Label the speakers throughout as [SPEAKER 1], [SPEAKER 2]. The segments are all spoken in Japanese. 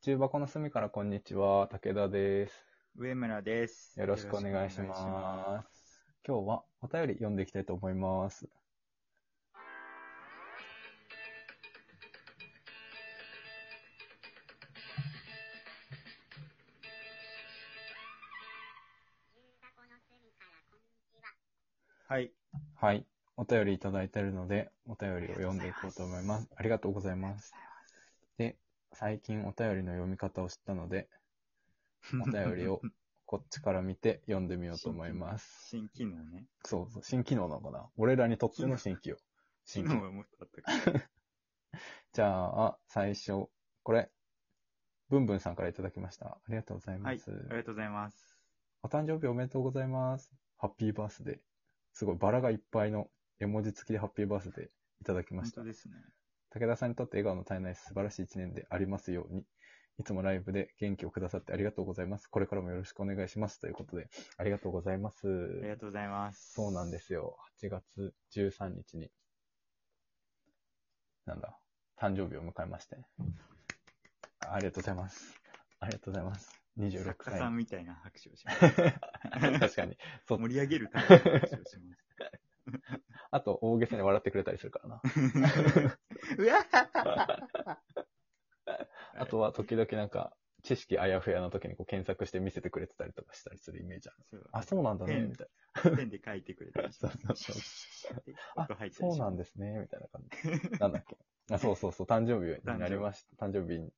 [SPEAKER 1] 中箱の隅からこんにちは、武田です。
[SPEAKER 2] 上村です。
[SPEAKER 1] よろしくお願いし
[SPEAKER 2] よろしくお願い
[SPEAKER 1] ま。
[SPEAKER 2] します
[SPEAKER 1] 今日はお便り読んでいきたいと思います。
[SPEAKER 2] すはい。
[SPEAKER 1] はい。お便りいただいているので、お便りを読んでいこうと思います。ありがとうございます。で、最近お便りの読み方を知ったので、お便りをこっちから見て読んでみようと思います。
[SPEAKER 2] 新機能ね。
[SPEAKER 1] そうそう、新機能なのかな俺らにとっての新機能。
[SPEAKER 2] 機
[SPEAKER 1] 新機能
[SPEAKER 2] 能がもっとあったか
[SPEAKER 1] じゃあ、最初、これ、ぶんぶんさんからいただきました。ありがとうござい
[SPEAKER 2] ら。は
[SPEAKER 1] ま
[SPEAKER 2] い。
[SPEAKER 1] す。
[SPEAKER 2] ありがとうございます。
[SPEAKER 1] お誕生日おめでとうございます。ハッピーバースデー。すごい、バラがいっぱいの絵文字付きでハッピーバースデーいただきま
[SPEAKER 2] 本
[SPEAKER 1] した
[SPEAKER 2] 当。ですね。
[SPEAKER 1] 武田さんにとって笑顔の絶えない素晴らしい一年でありますように。いつもライブで元気をくださってありがとうございます。これからもよろしくお願いします。ということで、ありがとうございます。
[SPEAKER 2] ありがとうございます。。
[SPEAKER 1] そうなんですすよ。8月13日に、なんだ、誕生日を迎えまして。ありがとうございます。ありがとうございます。26
[SPEAKER 2] 作家
[SPEAKER 1] 歳
[SPEAKER 2] さん
[SPEAKER 1] に。
[SPEAKER 2] みたいな拍手をします。
[SPEAKER 1] 確かに。そう
[SPEAKER 2] 盛り上げるための拍手をします。
[SPEAKER 1] あと、大げさに笑ってくれたりする からな。
[SPEAKER 2] うわ
[SPEAKER 1] あとは、時々なんか、知識あやふやな時にこう検索して見せてくれてたりとかしたりするイメージある。
[SPEAKER 2] そう
[SPEAKER 1] あ、そうなんだね、
[SPEAKER 2] 変
[SPEAKER 1] みたい
[SPEAKER 2] ペンで書いてくれたりします。
[SPEAKER 1] そうそう な。あ
[SPEAKER 2] 音入っ、た
[SPEAKER 1] そ
[SPEAKER 2] り
[SPEAKER 1] う
[SPEAKER 2] し
[SPEAKER 1] な
[SPEAKER 2] ま
[SPEAKER 1] んですね、みたいな感 じ。なんだっけ。あ、そうそうそう、誕生日になりました。誕生日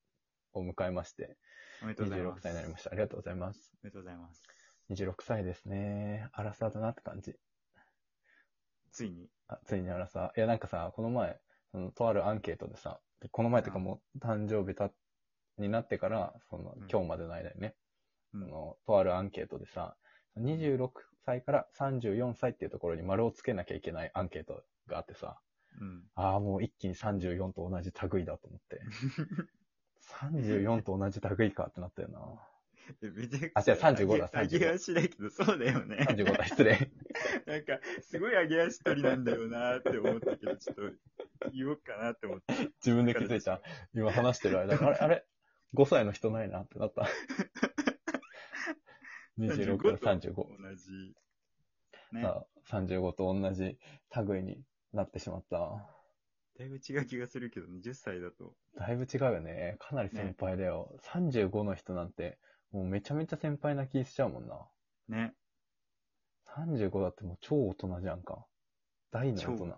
[SPEAKER 1] を迎えまして。
[SPEAKER 2] す。おめでとうござい
[SPEAKER 1] 26
[SPEAKER 2] ます。
[SPEAKER 1] 歳になりました。ありがとうございます。
[SPEAKER 2] おめでとうございます。
[SPEAKER 1] 26歳ですね。アラサーだなって感じ。
[SPEAKER 2] ついに。
[SPEAKER 1] あついにアラサー。いや、なんかさ、この前、そのとあるアンケートでさ、この前とかもう誕生日た、になってから、その
[SPEAKER 2] うん、
[SPEAKER 1] 今日までの間にね、
[SPEAKER 2] う
[SPEAKER 1] そ
[SPEAKER 2] ん。
[SPEAKER 1] の、とあるアンケートでさ、26歳から34歳っていうところに丸をつけなきゃいけないアンケートがあってさ、
[SPEAKER 2] うん。
[SPEAKER 1] ああ、もう一気に34と同じ類だと思 って。34と同じ類かってなったよな。
[SPEAKER 2] えめちゃくちゃ。
[SPEAKER 1] あ違う35だ
[SPEAKER 2] 上げ上げ足だけど、そうだよね。
[SPEAKER 1] 35歳失礼。
[SPEAKER 2] なんか、すごい上げ足取りなんだよなーって思ったけど、ちょっと言おうかなって思って。
[SPEAKER 1] 自分で気づいた。今話してる間、あれ、あれ、5歳の人ないなってな った。26から35。
[SPEAKER 2] 同じ。ね。
[SPEAKER 1] さあ、35と同じ類になってしまった。
[SPEAKER 2] だいぶ違う気がするけど、20歳だと。
[SPEAKER 1] だいぶ違うよね。かなり先輩だよ。35の人なんて、もうめちゃめちゃ先輩な気しちゃうもんな。
[SPEAKER 2] ね。
[SPEAKER 1] 35だってもう超大人じゃんか。大の
[SPEAKER 2] 超
[SPEAKER 1] 大
[SPEAKER 2] 大
[SPEAKER 1] 人
[SPEAKER 2] 人。。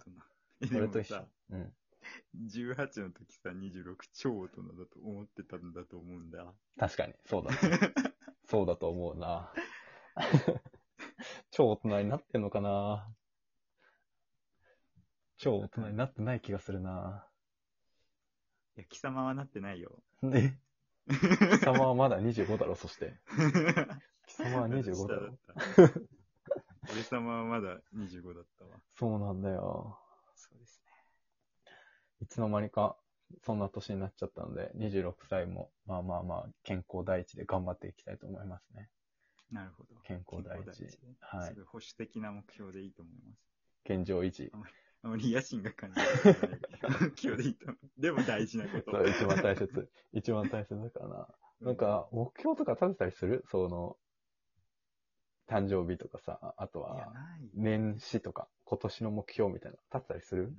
[SPEAKER 2] えで
[SPEAKER 1] 俺
[SPEAKER 2] も
[SPEAKER 1] と一緒
[SPEAKER 2] さ、。
[SPEAKER 1] うん。
[SPEAKER 2] 18の時さ、26超大人だと思ってたんだと思うんだ。
[SPEAKER 1] 確かに、そうだね。そうだと思うな。 超大人になってんのかな超大人になってない気がするな。
[SPEAKER 2] いや、貴様はなってないよ。
[SPEAKER 1] で、貴様はまだ25だろ、そして。貴様は25
[SPEAKER 2] 下
[SPEAKER 1] だ
[SPEAKER 2] だ
[SPEAKER 1] ろ
[SPEAKER 2] っ。た。 俺様はまだ25だったわ。
[SPEAKER 1] そうなんだよ。
[SPEAKER 2] そうですね。
[SPEAKER 1] いつの間にか、そんな年になっちゃったので、26歳も、まあまあまあ、健康第一で頑張っていきたいと思いますね。
[SPEAKER 2] なるほど。
[SPEAKER 1] 健康第一
[SPEAKER 2] ね
[SPEAKER 1] はい
[SPEAKER 2] すごい保守的な目標でいいと思います。
[SPEAKER 1] 現状維持。
[SPEAKER 2] あまり野心が感じられない。気をでいいと思う。でも大事なこ と。
[SPEAKER 1] そう、一番大切。一番大切だからな。なんか、目標とか立てたりするその、誕生日とかさ、あと
[SPEAKER 2] うん、いや、
[SPEAKER 1] は、
[SPEAKER 2] ない。
[SPEAKER 1] 年始とか、今年の目標みたいな、立てたりする
[SPEAKER 2] ない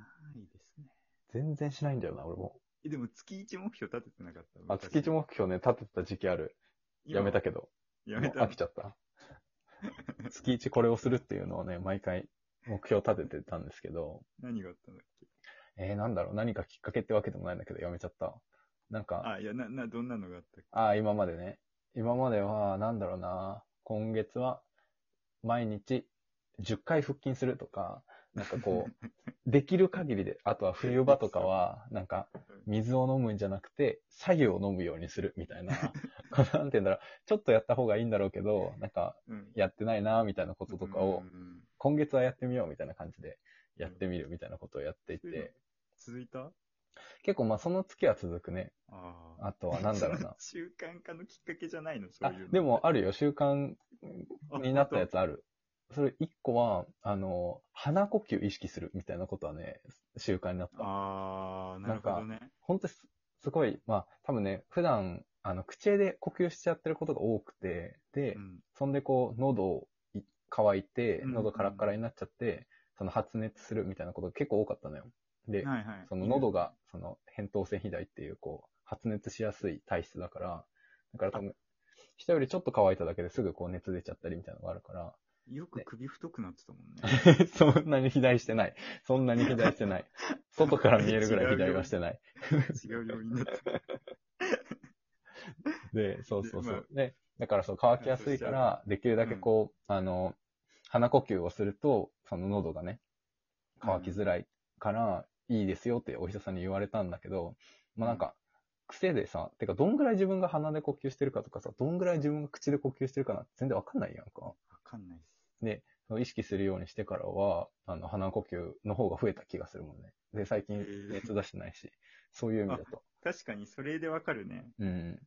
[SPEAKER 2] ですね。
[SPEAKER 1] 全然しないんだよな、俺も。
[SPEAKER 2] え、でも月1目標立ててなかった
[SPEAKER 1] あ、月一目標ね、立ててた時期ある。やめた
[SPEAKER 2] け
[SPEAKER 1] けど、
[SPEAKER 2] ど。やめ
[SPEAKER 1] も
[SPEAKER 2] た
[SPEAKER 1] う飽き。ちゃ った。月一これをするっていうのをね、毎回、目標立ててたんですけど、
[SPEAKER 2] 何があったんだっけ
[SPEAKER 1] えー、なんだろう、何かきっかけってわけでもないんだけど、やめちゃった。なんか、
[SPEAKER 2] あ、いや、な、な、どんなのがあったっ
[SPEAKER 1] ああ、今までね。今までは、なんだろうな。今月は、毎日10回腹筋するとか、なんかこう、 できる限りで、あとは冬場とかは、なんか、水を飲むんじゃなくて、白湯を飲むようにするみた いな。こうなんて言うんだろう。ちょっとやった方がいいんだろうけど、なんか、
[SPEAKER 2] けうん。
[SPEAKER 1] やってないな、みたいなこととかを
[SPEAKER 2] うん、うんうん
[SPEAKER 1] 今月はやってみようみたいな感じで、やってみるみたいなことをやってい
[SPEAKER 2] そういうの
[SPEAKER 1] て、
[SPEAKER 2] 続いたあ
[SPEAKER 1] 結構まあその月は続くね。
[SPEAKER 2] あー。。
[SPEAKER 1] あとはなんだろうな
[SPEAKER 2] 習慣化のきっかけじゃないのそう
[SPEAKER 1] あ
[SPEAKER 2] いうのって。
[SPEAKER 1] でもあるよ、習慣
[SPEAKER 2] あ、
[SPEAKER 1] になったやつある。それ一個は、あの、鼻呼吸意識するみたいなことはね、習慣になった。
[SPEAKER 2] あー、なるほどね。
[SPEAKER 1] 本当すすごい、まあ、多分ね、普段あの、口で呼吸しちゃってることが多くて、で、
[SPEAKER 2] うん
[SPEAKER 1] そんでこう、喉をい乾いて、
[SPEAKER 2] うん
[SPEAKER 1] 喉カラッカラになっちゃって、その発熱するみたいなことが結構多かったのよ。で、
[SPEAKER 2] はいはい。
[SPEAKER 1] その喉が、その、扁桃腺肥大っていう、こう、発熱しやすい体質だから、だから多分、人よりちょっと乾いただけですぐこう熱出ちゃったりみたいなのがあるから、
[SPEAKER 2] よく首太くなってたもんね。
[SPEAKER 1] そんなに肥大してない。そんなに肥大してない。外から見えるぐらい肥大はしてない。
[SPEAKER 2] 違う病院だった。
[SPEAKER 1] で、そうそうそ
[SPEAKER 2] ま
[SPEAKER 1] う。で、だからそう、乾きやすいから、できるだけこう、あの、鼻呼吸をすると、その喉がね、乾きづらいから、いいですよってお医者さんに言われたんだけど、まあなんか、癖でさ、てか、どんぐらい自分が鼻で呼吸してるかとかさ、どんぐらい自分が口で呼吸してるかなんて全然わかんないやんか。
[SPEAKER 2] わかんないっす。
[SPEAKER 1] 意識するようにしてからは、あの、鼻呼吸の方が増えた気がするもんね。で、最
[SPEAKER 2] へ
[SPEAKER 1] 近
[SPEAKER 2] ー
[SPEAKER 1] 熱出してないし、そういう意味だと。
[SPEAKER 2] 確かにそれでわかるね。
[SPEAKER 1] うん。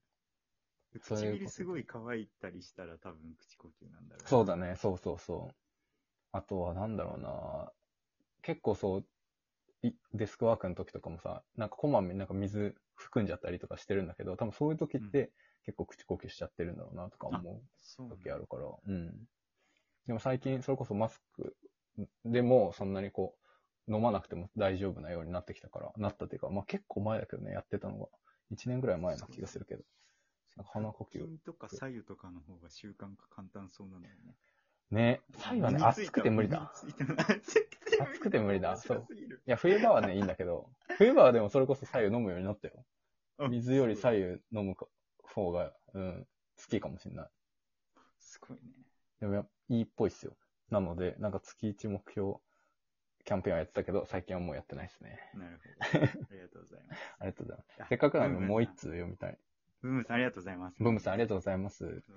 [SPEAKER 1] そういうこと
[SPEAKER 2] 唇すごい乾いたりしたら多分口呼吸なんだろう。
[SPEAKER 1] そうだね、そうそうそう。あとはなんだろうな結構そう、いデスクワークの時とかもさ、なんかこまめになんか水含んじゃったりとかしてるんだけど、多分そういう時って結構口呼吸しちゃってるんだろうなとか思う。
[SPEAKER 2] そうなんだ。
[SPEAKER 1] 時あるから、うん。でも最近、それこそマスクでも、そんなにこう、飲まなくても大丈夫なようになってきたから、なったっていうか、まあ結構前だけどね、やってたのが、1年ぐらい前な気がするけど。なんか鼻呼吸
[SPEAKER 2] 腹筋とか左右とかの方が習慣化簡単そうなんだよね。
[SPEAKER 1] ね、最後はね、暑くて無理だ。
[SPEAKER 2] 身についた。暑くて無理だ。
[SPEAKER 1] 暑くて無理だそう
[SPEAKER 2] 面白すぎる。
[SPEAKER 1] いや、冬場はね、いいんだけど、冬場はでもそれこそ左右飲むようになったよ。
[SPEAKER 2] あ
[SPEAKER 1] 水より
[SPEAKER 2] すごい
[SPEAKER 1] 左右飲む方が、うん、好きかもしんない。
[SPEAKER 2] すごいね。
[SPEAKER 1] でもや、いいっぽいっすよ。なので、なんか月1目標、キャンペーンはやってたけど、最近はもうやってないですね。
[SPEAKER 2] なる ほど。ありがとうございます。
[SPEAKER 1] ありがとうございます。
[SPEAKER 2] あ
[SPEAKER 1] せっかくなの
[SPEAKER 2] ブ
[SPEAKER 1] で、
[SPEAKER 2] ームさん
[SPEAKER 1] もう一通読みたい。
[SPEAKER 2] ブームさんありがとうございます。
[SPEAKER 1] ブームさん、ありがとう
[SPEAKER 2] う
[SPEAKER 1] ございます。
[SPEAKER 2] ございます。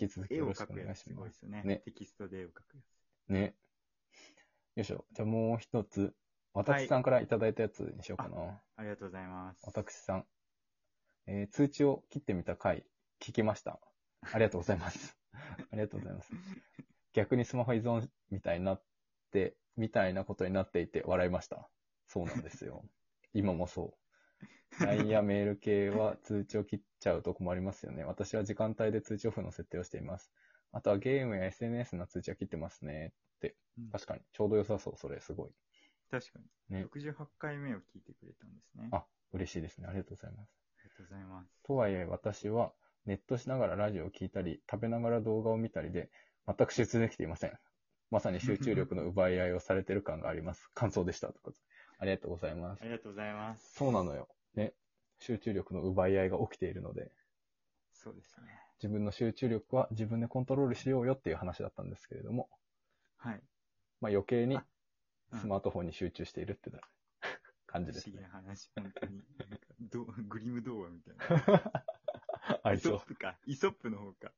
[SPEAKER 1] 引き続き
[SPEAKER 2] 絵
[SPEAKER 1] よ
[SPEAKER 2] を
[SPEAKER 1] ろし
[SPEAKER 2] 描
[SPEAKER 1] くお
[SPEAKER 2] く
[SPEAKER 1] 願
[SPEAKER 2] や
[SPEAKER 1] い
[SPEAKER 2] つ
[SPEAKER 1] し
[SPEAKER 2] すご
[SPEAKER 1] ま。
[SPEAKER 2] いですすよね。
[SPEAKER 1] ね
[SPEAKER 2] テキストで絵を描くや
[SPEAKER 1] ね。よいしょ。じゃあもう一つ、私さんからいただいたやつにしようかな。
[SPEAKER 2] つ。ありが とうございます。
[SPEAKER 1] 私さん、えー通知を切ってみた回、聞きました。ありがとうござい ます。ありがとうございます。逆にスマホ依存みたいになって、みたいなことになっていて笑いました。そうなんですよ。今もそう。LINE やメール系は通知を切っちゃうと困りますよね。 私は時間帯で通知オフの設定をしています。あとはゲームや SNS の通知は切ってますね。
[SPEAKER 2] うん
[SPEAKER 1] 確かに。ちょうど良さそう、それ、すごい。
[SPEAKER 2] 確かに。
[SPEAKER 1] ね
[SPEAKER 2] 68回目を聞いてくれたんですね。あ
[SPEAKER 1] あ嬉しいですね。ありがとうございます。
[SPEAKER 2] りがとうございます。
[SPEAKER 1] とはいえ私はネットしながらラジオを聞いたり、食べながら動画を見たりで、全く集中できていません。まさに集中力の奪い合いをされてる感があります。 感想でした。ということでありがとうございます
[SPEAKER 2] あ。りがとうございます。
[SPEAKER 1] そうなのよ。ね。集中力の奪い合いが起きているので、
[SPEAKER 2] そうですね。
[SPEAKER 1] 自分の集中力は自分でコントロールしようよっていう話だったんですけれども、
[SPEAKER 2] はい。
[SPEAKER 1] まあ余計に
[SPEAKER 2] あうん
[SPEAKER 1] スマートフォンに集中しているってな感じ
[SPEAKER 2] 不
[SPEAKER 1] です
[SPEAKER 2] 思議
[SPEAKER 1] ね。
[SPEAKER 2] な話、本当に。なんかどうグリム童話みたいな。
[SPEAKER 1] あ
[SPEAKER 2] イ
[SPEAKER 1] り
[SPEAKER 2] ソ
[SPEAKER 1] そ
[SPEAKER 2] ッ
[SPEAKER 1] う。
[SPEAKER 2] プか。イソップの方か。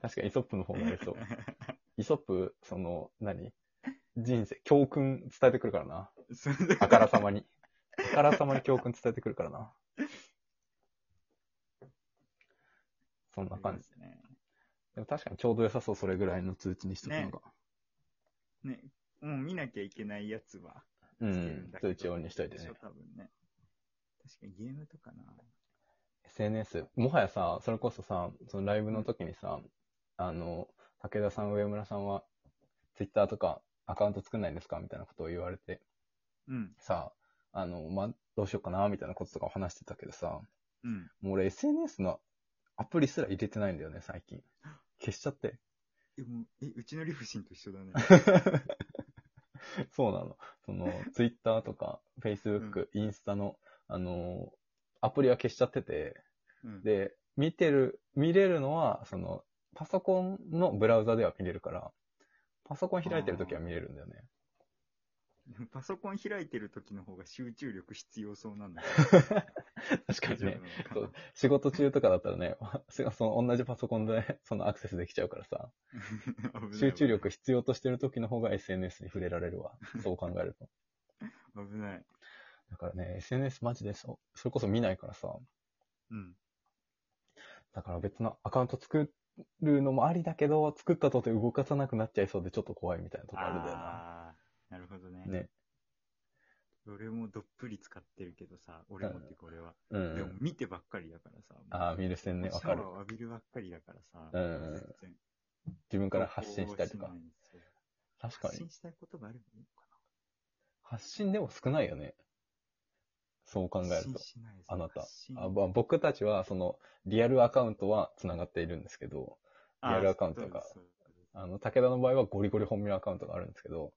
[SPEAKER 1] 確かにイソップの方がありそう。イソップ、その、何人生、教訓伝えてくるからな。
[SPEAKER 2] そう
[SPEAKER 1] あからさまに。あからさまに教訓伝えてくるからな。そんな感じ
[SPEAKER 2] で。すね。
[SPEAKER 1] でも確かにちょうど良さそう、それぐらいの通知にしとくのが。
[SPEAKER 2] ね。もう見なきゃいけないやつは、
[SPEAKER 1] う
[SPEAKER 2] つけるん
[SPEAKER 1] ん
[SPEAKER 2] だ、けど
[SPEAKER 1] 通知オンにしといて
[SPEAKER 2] でし
[SPEAKER 1] ね
[SPEAKER 2] ょ、。多分ね。確かにゲームとかな。
[SPEAKER 1] SNS、もはやさ、それこそさ、そのライブの時にさ、あの、武田さん、上村さんは、ツイッターとかアカウント作んないんですかみたいなことを言われて、
[SPEAKER 2] うん。
[SPEAKER 1] さ、あの、まあ、どうしようかな、みたいなこととかを話してたけどさ、
[SPEAKER 2] うん。
[SPEAKER 1] もう俺 SNS のアプリすら入れてないんだよね、最近。消しちゃって。
[SPEAKER 2] でも、え、うちのリフシンと一緒だね。
[SPEAKER 1] そうなの。その、Twitter とか、Facebook、インスタの、あのーアプリは消しちゃってて、
[SPEAKER 2] うん、
[SPEAKER 1] で、見てる、見れるのは、その、パソコンのブラウザでは見れるから、パソコン開いてるときは見れるんだよね。
[SPEAKER 2] パソコン開いてる時の方が集中力必要そうなんだ
[SPEAKER 1] 確か
[SPEAKER 2] け
[SPEAKER 1] に
[SPEAKER 2] ど。
[SPEAKER 1] ね。そう 仕事中とかだったらね、 その同じパソコンで そのアクセスできちゃうからさ、集中力必要としてる時の方が SNS に触れられる わ。そう考えると。
[SPEAKER 2] 危ない。
[SPEAKER 1] だからね、SNS マジでそ、それこそ見ないからさ、
[SPEAKER 2] うん。
[SPEAKER 1] だから別のアカウント作るのもありだけど、作ったとて動かさなくなっちゃいそうでちょっと怖いみたいなとこあるんだよな。
[SPEAKER 2] あーなるほどね。
[SPEAKER 1] ね。
[SPEAKER 2] 俺もどっぷり使ってるけどさ、俺もっていうか俺は。
[SPEAKER 1] う
[SPEAKER 2] でも
[SPEAKER 1] ん。
[SPEAKER 2] 見てばっかりだからさ。
[SPEAKER 1] ああ、見る視点ね、わ
[SPEAKER 2] シャ
[SPEAKER 1] か
[SPEAKER 2] ワ
[SPEAKER 1] る
[SPEAKER 2] ー。を浴びるばっかりだからさ。
[SPEAKER 1] うんうん
[SPEAKER 2] 全然。
[SPEAKER 1] 自分から発信したりと
[SPEAKER 2] 投
[SPEAKER 1] か
[SPEAKER 2] 稿。しないんですよ
[SPEAKER 1] 確か
[SPEAKER 2] 発
[SPEAKER 1] に。
[SPEAKER 2] 信したいことがあればいいのか
[SPEAKER 1] 発信でも少ないよね。そう考
[SPEAKER 2] な。
[SPEAKER 1] え
[SPEAKER 2] 発
[SPEAKER 1] る
[SPEAKER 2] 信
[SPEAKER 1] と。
[SPEAKER 2] しないです
[SPEAKER 1] あなた
[SPEAKER 2] 発信
[SPEAKER 1] あまあ、僕たちは、その、リアルアカウントは繋がっているんですけど、リアルアカウントが。
[SPEAKER 2] そうです
[SPEAKER 1] あの、武田の場合はゴリゴリ本名アカウントがあるんですけ ど、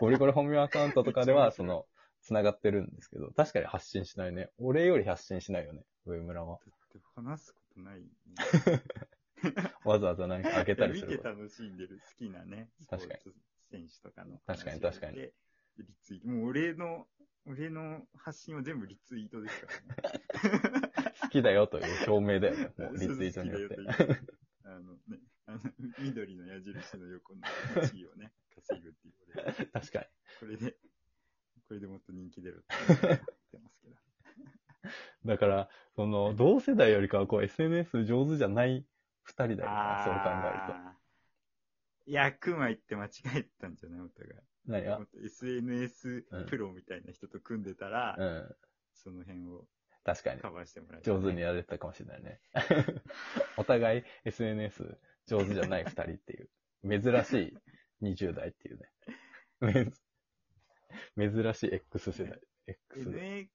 [SPEAKER 1] ゴリゴリ本名アカウントとかでは、その、繋がってるんですけど、確かに発信しないね。俺より発信しないよね、上村は。
[SPEAKER 2] だって話すことない、ね。
[SPEAKER 1] わざわざ何か あげたり
[SPEAKER 2] 見
[SPEAKER 1] す
[SPEAKER 2] て
[SPEAKER 1] るから。
[SPEAKER 2] 楽しんでる好きなね、スポー
[SPEAKER 1] 確かに
[SPEAKER 2] ツ選手とかの。
[SPEAKER 1] 確かに確かに
[SPEAKER 2] で、リツイート。もう俺の、俺の発信は全部リツイートですからね。
[SPEAKER 1] 好きだよという表明だよね、 も う、リツイートによって
[SPEAKER 2] そう。そう好きだよというあのね、あの、緑の矢印の横の1位 をね、稼ぐっていう俺は。
[SPEAKER 1] 確かに。
[SPEAKER 2] これで、これでもっと人気出るって言ってます けど。
[SPEAKER 1] だから、その、同世代よりかは、こう、SNS 上手じゃない二人だよな、そう考える
[SPEAKER 2] あーいや、クマ言って間違えたんじゃないお互い。
[SPEAKER 1] と。何が
[SPEAKER 2] もっと SNS
[SPEAKER 1] うん
[SPEAKER 2] プロみたいな人と組んでたら、
[SPEAKER 1] うん。
[SPEAKER 2] その辺を
[SPEAKER 1] 確かに。
[SPEAKER 2] カバーしてもらえた
[SPEAKER 1] 上手にやれてたかもしれないね。お互い SNS 上手じゃない二人っていう。珍しい20代っていうね。めず珍しい X 世代。X 代。
[SPEAKER 2] NA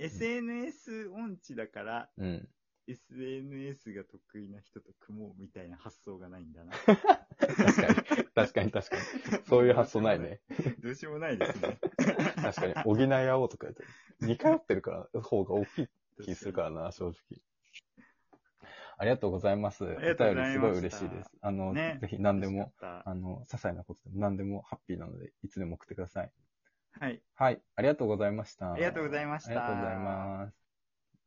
[SPEAKER 2] SNS 音痴だから、
[SPEAKER 1] うん。
[SPEAKER 2] SNS が得意な人と組もうみたいな発想がないん だな。
[SPEAKER 1] 確かに。確かに確かに。そういう発想ないね。
[SPEAKER 2] どうしようもないですね。
[SPEAKER 1] 確かに。補い合おうとか言ってる。似通ってるから、方が大きい 気するからな、正直。ありがとうございます。お
[SPEAKER 2] ありがとう
[SPEAKER 1] 便
[SPEAKER 2] ござ
[SPEAKER 1] り
[SPEAKER 2] い
[SPEAKER 1] すご
[SPEAKER 2] ま
[SPEAKER 1] い
[SPEAKER 2] した
[SPEAKER 1] 嬉しいです。あの、
[SPEAKER 2] ね
[SPEAKER 1] ぜひ何でも、
[SPEAKER 2] 楽しかっ
[SPEAKER 1] あの、些細なことでも何でもハッピーなので、いつでも送ってください。
[SPEAKER 2] た。はい。
[SPEAKER 1] はい、ありがとうございました。
[SPEAKER 2] ありがとうございました
[SPEAKER 1] ありがとうございます。